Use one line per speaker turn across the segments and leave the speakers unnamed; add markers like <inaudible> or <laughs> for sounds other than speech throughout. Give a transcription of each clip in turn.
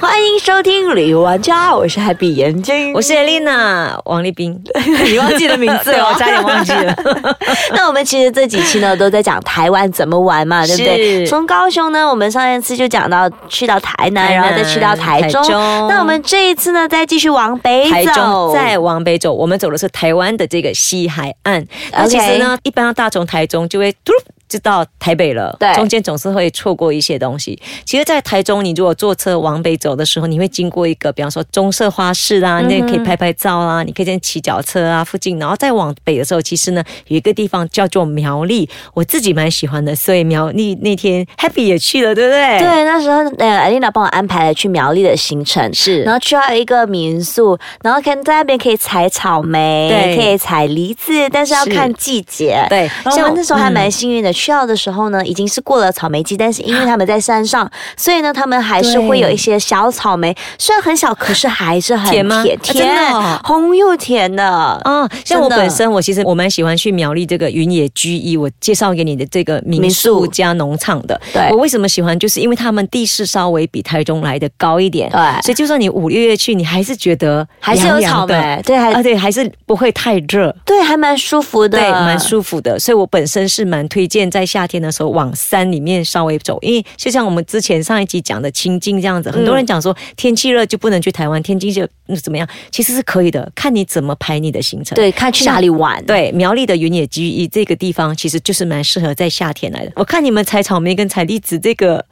欢迎收听《旅游玩家》，我是 Happy
<laughs>
眼睛，
我是 Elena 王立斌，
<laughs> 你忘记了名字哦了，
<laughs> 对啊我差点忘记了。
那我们其实这几期呢都在讲台湾怎么玩嘛，对不对？
是
从高雄呢，我们上一次就讲到去到台南，
台南
然后再去到台中。
台中
那我们这一次呢，再继续往北
台
走，
中再往北走，我们走的是台湾的这个西海岸。那
OK
其实呢，一般大众台中就会突就到台北了，
对
中间总是会错过一些东西。其实，在台中，你如果坐车往北走的时候，你会经过一个，比方说棕色花
嗯
市啦，那可以拍拍照啊啦，你可以先骑脚车啊附近，然后再往北的时候，其实呢有一个地方叫做苗栗，我自己蛮喜欢的，所以苗栗那天 Happy 也去了，对不对？
对，那时候呃，Alina 帮我安排了去苗栗的行程，
是
然后去到一个民宿，然后看在那边可以采草莓，
对
可以采梨子，但是要
是
看季节。
对，
像我们那时候还
嗯
蛮幸运的，去到的时候呢，已经是过了草莓季，但是因为他们在山上，所以呢，他们还是
对
会有一些小草莓，虽然很小，可是还是很
甜吗
甜，
啊真的哦
红又甜的。
哦，像我
真的
本身，我其实我蛮喜欢去苗栗这个云野居一，我介绍给你的这个民
民宿
宿加农场的。
对
我为什么喜欢，就是因为他们地势稍微比台中来的高一点，
对
所以就算你五六月去，你还是觉得
还是有
凉凉
草
的
莓，对，还、
啊，对，还是不会太热。
对，还蛮舒服的，
对，蛮舒服的，所以我本身是蛮推荐在夏天的时候往山里面稍微走，因为就像我们之前上一集讲的清境这样
嗯
子，很多人讲说天气热就不能去台湾，天气热嗯怎么样，其实是可以的，看你怎么排你的行程。
对，看去哪里玩，
对，苗栗的云野居一这个地方，其实就是蛮适合在夏天来的。我看你们采草莓跟采栗子这个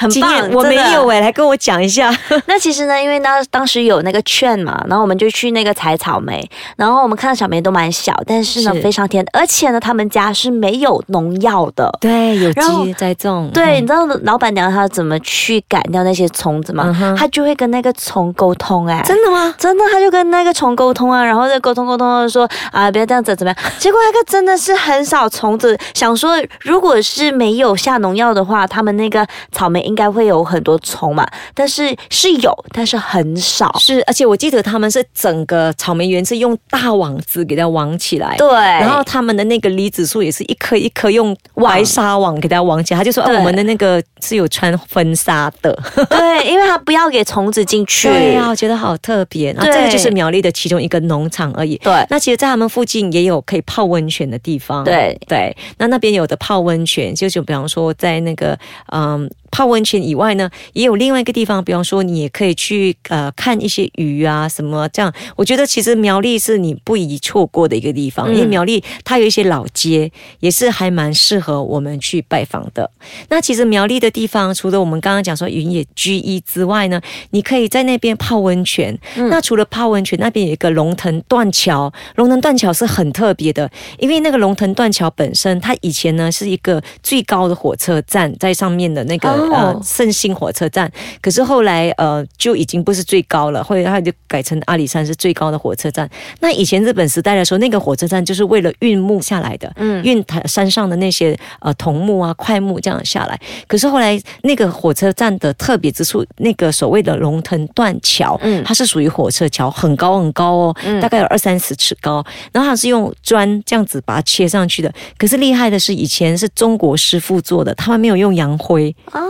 很
经
棒，
验，我
真
没
的
有哎，来跟我讲一下。
那其实呢，因为呢当时有那个券嘛，然后我们就去那个采草莓，然后我们看到草莓都蛮小，但是呢
是
非常甜，而且呢他们家是没有农药的。
对，有
然后
机栽种，
对，
嗯
你知道老板娘她怎么去赶掉那些虫子吗
嗯？哼
她就会跟那个虫沟通、哎，
真的吗？
真的，她就跟那个虫沟通啊，然后再沟通沟通，就说啊，不要这样子，怎么样？结果那个真的是很少虫子，想说如果是没有下农药的话，他们那个草莓应该会有很多虫嘛，但是是有，但是很少。
是，而且我记得他们是整个草莓园是用大网子给它网起来。
对，
然后他们的那个梨子树也是一颗一颗用白纱网给它网起来，他就说、啊、
对
我们的那个是有穿婚纱的，
对，因为它不要给虫子进去。
对啊，我觉得好特别。那
对
这个就是苗栗的其中一个农场而已。
对
那其实，在他们附近也有可以泡温泉的地方。
对
对，那那边有的泡温泉，就是比方说在那个嗯。泡温泉以外呢，也有另外一个地方，比方说你也可以去呃看一些鱼啊什么这样。我觉得其实苗栗是你不宜错过的一个地方，因为苗栗它有一些老街，也是还蛮适合我们去拜访的。那其实苗栗的地方，除了我们刚刚讲说云野居一之外呢，你可以在那边泡温泉。那除了泡温泉，那边有一个龙腾断桥，龙腾断桥是很特别的，因为那个龙腾断桥本身，它以前呢是一个最高的火车站，在上面的那个、
哦
呃圣心火车站，可是后来呃就已经不是最高了，后来它就改成阿里山是最高的火车站。那以前日本时代的时候，那个火车站就是为了运木下来的，
嗯
嗯，运台山上的那些呃桐木啊、块木这样下来。可是后来那个火车站的特别之处，那个所谓的龙腾断桥，
嗯
嗯，它是属于火车桥，很高很高哦，大概有二三十尺高。然后它是用砖这样子把它切上去的。可是厉害的是，以前是中国师傅做的，他们没有用洋灰
啊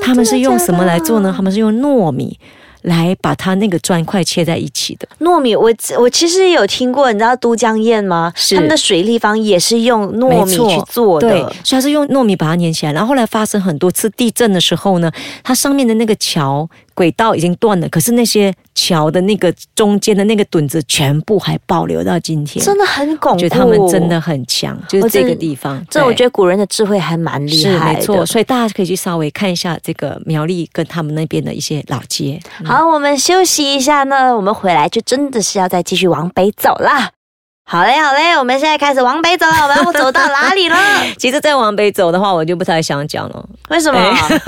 他们是
真
用
的假
什
的
么来做呢？他们是用糯米。来把它那个砖块切在一起的，
糯米，我我其实有听过，你知道都江堰吗？
是
他们的水立方也是用糯米
没错
去做的。
对，所以它是用糯米把它粘起来。然后后来发生很多次地震的时候呢，它上面的那个桥轨道已经断了，可是那些桥的那个中间的那个墩子全部还保留到今天。
真的很巩
我
固。
觉得他们真的，很强，就
我
是
真
这个地方。
这我觉
得
得古人的智慧还蛮厉
是
害
没
的。
错，所以大家可以去稍微看一下这个苗栗跟他们那边的一些老街。
好，我们休息一下呢，我们回来就真的是要再继续往北走
<laughs>
啦。好嘞，好嘞，我们现在开始往北走了，我们要走到哪
<laughs>
里了？
其实再往北走的话，我就不太想讲了。
为什么？
哎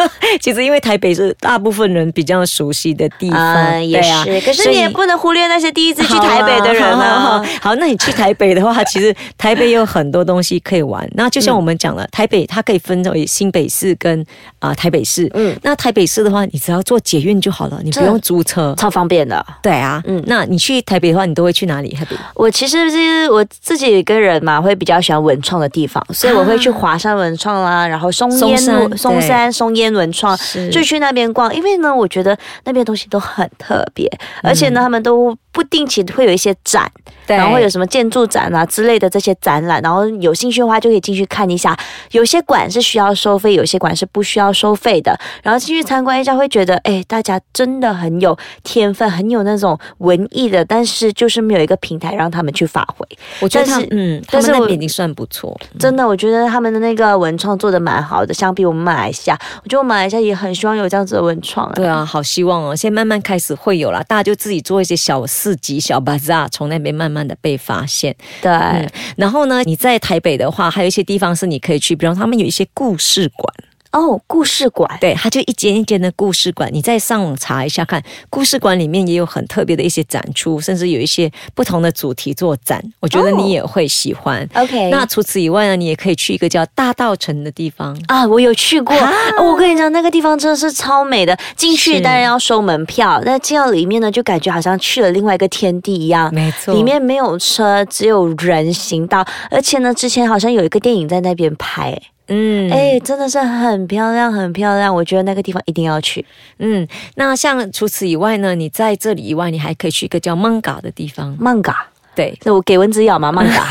其实因为台北是大部分人比较熟悉的地方，
嗯，也
对啊
是，可是
所以
你也不能忽略那些第一次去
好啊
台北的人
<laughs> 好好
啊
好。好那你去台北的话，其实台北有很多东西可以玩。那就像我们讲了，台北它可以分为新北市跟啊、台北市。
嗯
嗯，那台北市的话，你只要坐捷运就好了，你不
这
用租车。
超方便的。
对啊，
嗯
嗯，那你去台北的话，你都会去哪里？台北
我其实是实我自己个人嘛，会比较喜欢文创的地方，所以我会去华山文创啦，然后松
啊松
烟
山
文松
对
山松烟文创
是，
就去那边逛，因为呢，我觉得那边东西都很特别，而且
嗯
呢，他们都不定期会有一些展，
对
然后会有什么建筑展啊之类的这些展览，然后有兴趣的话就可以进去看一下。有些馆是需要收费，有些馆是不需要收费的。然后进去参观一下，会觉得哎，大家真的很有天分，很有那种文艺的，但是就是没有一个平台让他们去发挥。
我觉得他
但
们
是
嗯，他
但
们
是
那
我
边已经算不错，
真的，我觉得他们的那个文创做的蛮好的，相比我们马来西亚，我觉得我们马来西亚也很希望有这样子的文创、啊。
对啊，好希望哦，现在慢慢开始会有啦，大家就自己做一些小市集、小 bazaar，从那边慢慢的被发现。
对，
嗯，然后呢，你在台北的话，还有一些地方是你可以去，比方他们有一些故事馆，
哦，故事馆，
对，它就一间一间的故事馆，你再上网查一下看，故事馆里面也有很特别的一些展出，甚至有一些不同的主题做展，我觉得你也会喜欢。
OK，
那除此以外呢，你也可以去一个叫大道城的地方。
啊，我有去过，我跟你讲，那个地方真的是超美的。进去
是
当然要收门票，但进到里面呢，就感觉好像去了另外一个天地一样。
没错
里面没有车，只有人行道，而且呢，之前好像有一个电影在那边拍，
嗯
哎、真的是很漂亮，很漂亮。我觉得那个地方一定要去。
嗯，那像除此以外呢，你在这里以外，你还可以去一个叫曼嘎的地方。
曼嘎，
对，
那我给蚊子咬嘛，曼 <laughs> 嘎。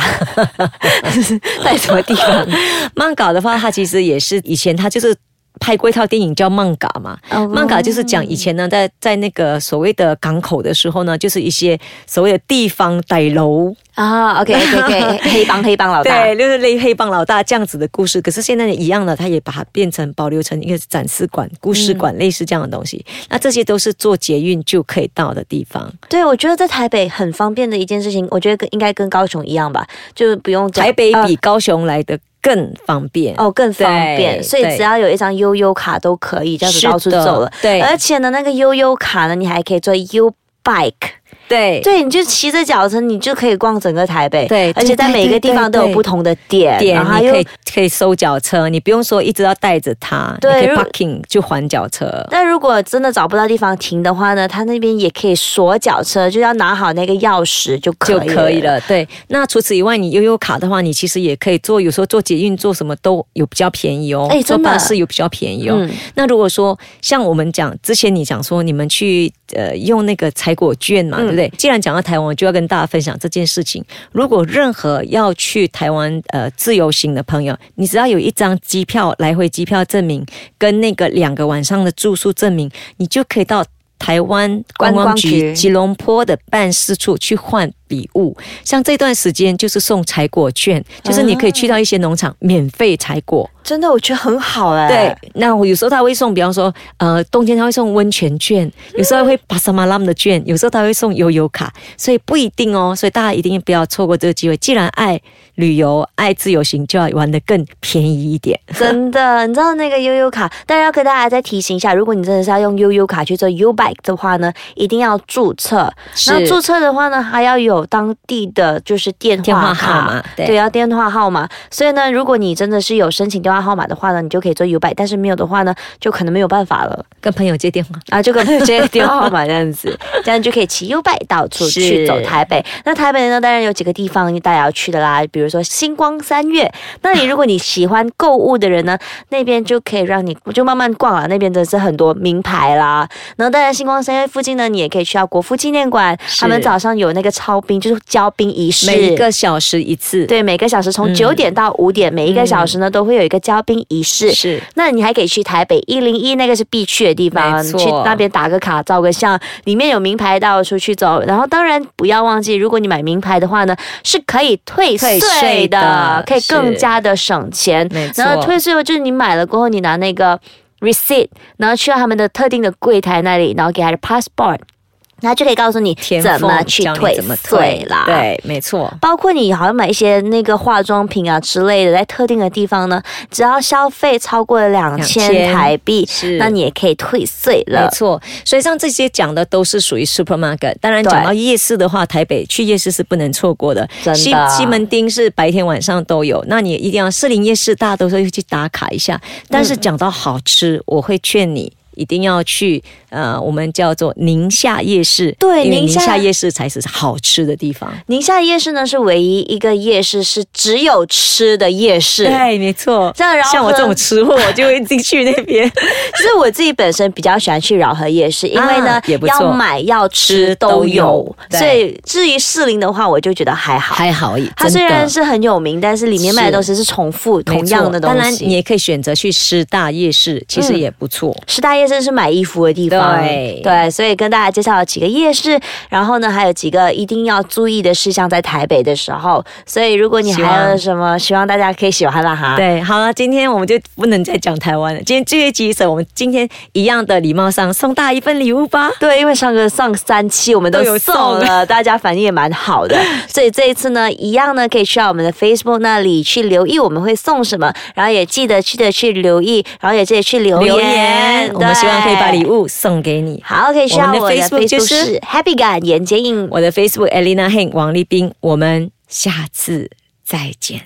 在什么地方？曼嘎的话，它其实也是以前它就是。拍过一套电影叫《曼嘎》嘛，
<laughs> 哦
《曼嘎》就是讲以前呢，在在那个所谓的港口的时候呢，就是一些所谓的地方歹楼，
啊，OK OK <laughs> OK，黑帮黑帮老大。
对，就是类黑帮老大这样子的故事。可是现在一样的，他也把它变成保留成一个展示馆、故事馆，类似这样的东西。那这些都是坐捷运就可以到的地方。
对，我觉得在台北很方便的一件事情，我觉得跟应该跟高雄一样吧，就是不用讲
台北
呃
比高雄来的更方便。
哦，更方便，
对
所以
对
只要有一张悠悠卡都可以这样子
是的
到处走了。
对
而且呢，那个悠悠卡呢，你还可以做 U bike，
对
对，你就骑着脚车，你就可以逛整个台北。
对
而且在
对对
每个地方
对
都
对
有不同的点，
点
然后它
你
又
可以可以收脚车，你不用说一直要带着它，你
对
可以
如
parking 就还脚车。
但如果真的找不到地方停的话呢，它那边也可以锁脚车，就要拿好那个钥匙就可以
就可以。了，对。那除此以外，你悠悠卡的话，你其实也可以做，有时候做捷运做什么都有比较便宜哦，
哎
坐
真的
巴士有比较便宜哦。
嗯
那如果说像我们讲之前你讲说你们去呃用那个采果券嘛，
嗯
对不对？既然讲到台湾，我就要跟大家分享这件事情。如果任何要去台湾呃自由行的朋友，你只要有一张机票来回机票证明跟那个两个晚上的住宿证明，你就可以到。台湾观光
观
局
光局
吉隆坡的办事处去换礼物，像这段时间就是送采果券，就是你可以去到一些农场免费采果。
真的，我觉得很好哎、
对，，那我有时候他会送，比方说，呃，冬天他会送温泉券，有时候会巴萨马拉姆的券，有时候他会送悠游卡，所以不一定哦，所以大家一定不要错过这个机会。既然爱旅游、爱自由行，就要玩得更便宜一 <laughs> 点。
真的，你知道那个悠悠卡，当然要跟大家再提醒一下，如果你真的是要用悠悠卡去做 U Bike 的话呢，一定要注册。那注册的话呢，还要有当地的就是电
电
话
话
卡
号码，
对，要电话号码。所以呢，如果你真的是有申请电话号码的话呢，你就可以做 U Bike，但是没有的话呢，就可能没有办法了
跟朋友接电话。
啊，就跟朋友借电话号码这样子，这样就可以骑 U Bike 到处去
是
走台北。那台北呢，当然有几个地方大家要去的啦，比如说星光三月，那里如果你喜欢购物的人呢，那边就可以让你就慢慢逛啊，那边真的是很多名牌啦。然后当然星光三月附近呢，你也可以去到国父纪念馆，
是
他们早上有那个操兵，就是交兵仪式。
每一个小时一次，，
对，每个小时从
嗯
九点到五点，每一个小时呢都会有一个交兵仪式。
是
那你还可以去台北一零一，那个是必去的地
没
方，
错
去那边打个卡，照个相，里面有名牌到处去走。然后当然不要忘记，如果你买名牌的话呢，是可以退税的，
退税的
可以更
是
加的省钱。
没错。
然后退税后就是你买了过后，你拿那个 receipt，然后去到他们的特定的柜台那里，然后给他的 passport，然后就可以告诉你
填
怎么
缝
去
教你
退
怎么
税啦。。
对，没错。
包括你好像买一些那个化妆品啊之类的，在特定的地方呢，只要消费超过两
2000
千台币
是，
那你也可以退税
没
了。
错，所以像这些讲的都是属于 supermarket。当然，
对
讲到夜市的话，台北去夜市是不能错过的。
真的
西西门町是白天晚上都有，那你一定要士林夜市，大家都会去打卡一下。但是讲到好吃，我会劝你。一定要去呃，我们叫做宁夏夜市，
对
因为宁
宁夏
夏夜市才是好吃的地方。
宁夏夜市呢是唯一一个夜市是只有吃的夜市。
对，没错。
这样然后
像我这
喝 <laughs>
种吃货，我就会进去那边。
其实我自己本身比较喜欢去饶河夜市，因为呢、
啊也不错
要买要吃
都
都有
有，对
所以至于士林的话，我就觉得 <laughs> 还好。
还好，
它
真
虽然
的
是很有名，但是里面卖的东西是重复
没
同样
错
的东西。嗯
当然，你也可以选择去师大夜市，其实也不错。
十大夜市是买衣服的地方，
对
所以跟大家介绍了几个夜市，然后呢，还有几个一定要注意的事项在台北的时候，所以如果你
希望
还有什么，希望大家可以喜欢啦哈。
对，好了，今天我们就不能再讲台湾了。今天这一集首，我们今天一样的礼貌上送大家一份礼物吧。
对，因为上个上三期我们都
都有
送
送
了，大家反应也蛮好
<laughs>
的，所以这一次呢，一样呢可以去到我们的 Facebook 那里去留意我们会送什么，然后也记得记得去留意，然后也记得去留言。
我们希望可以把礼
物。
物送给你。
好，可以去到
我
我
们
的
的 Facebook
Facebook
就是
是 Happy 感言接应。
我的 Facebook Elena Heng 王立斌，我们下次再见，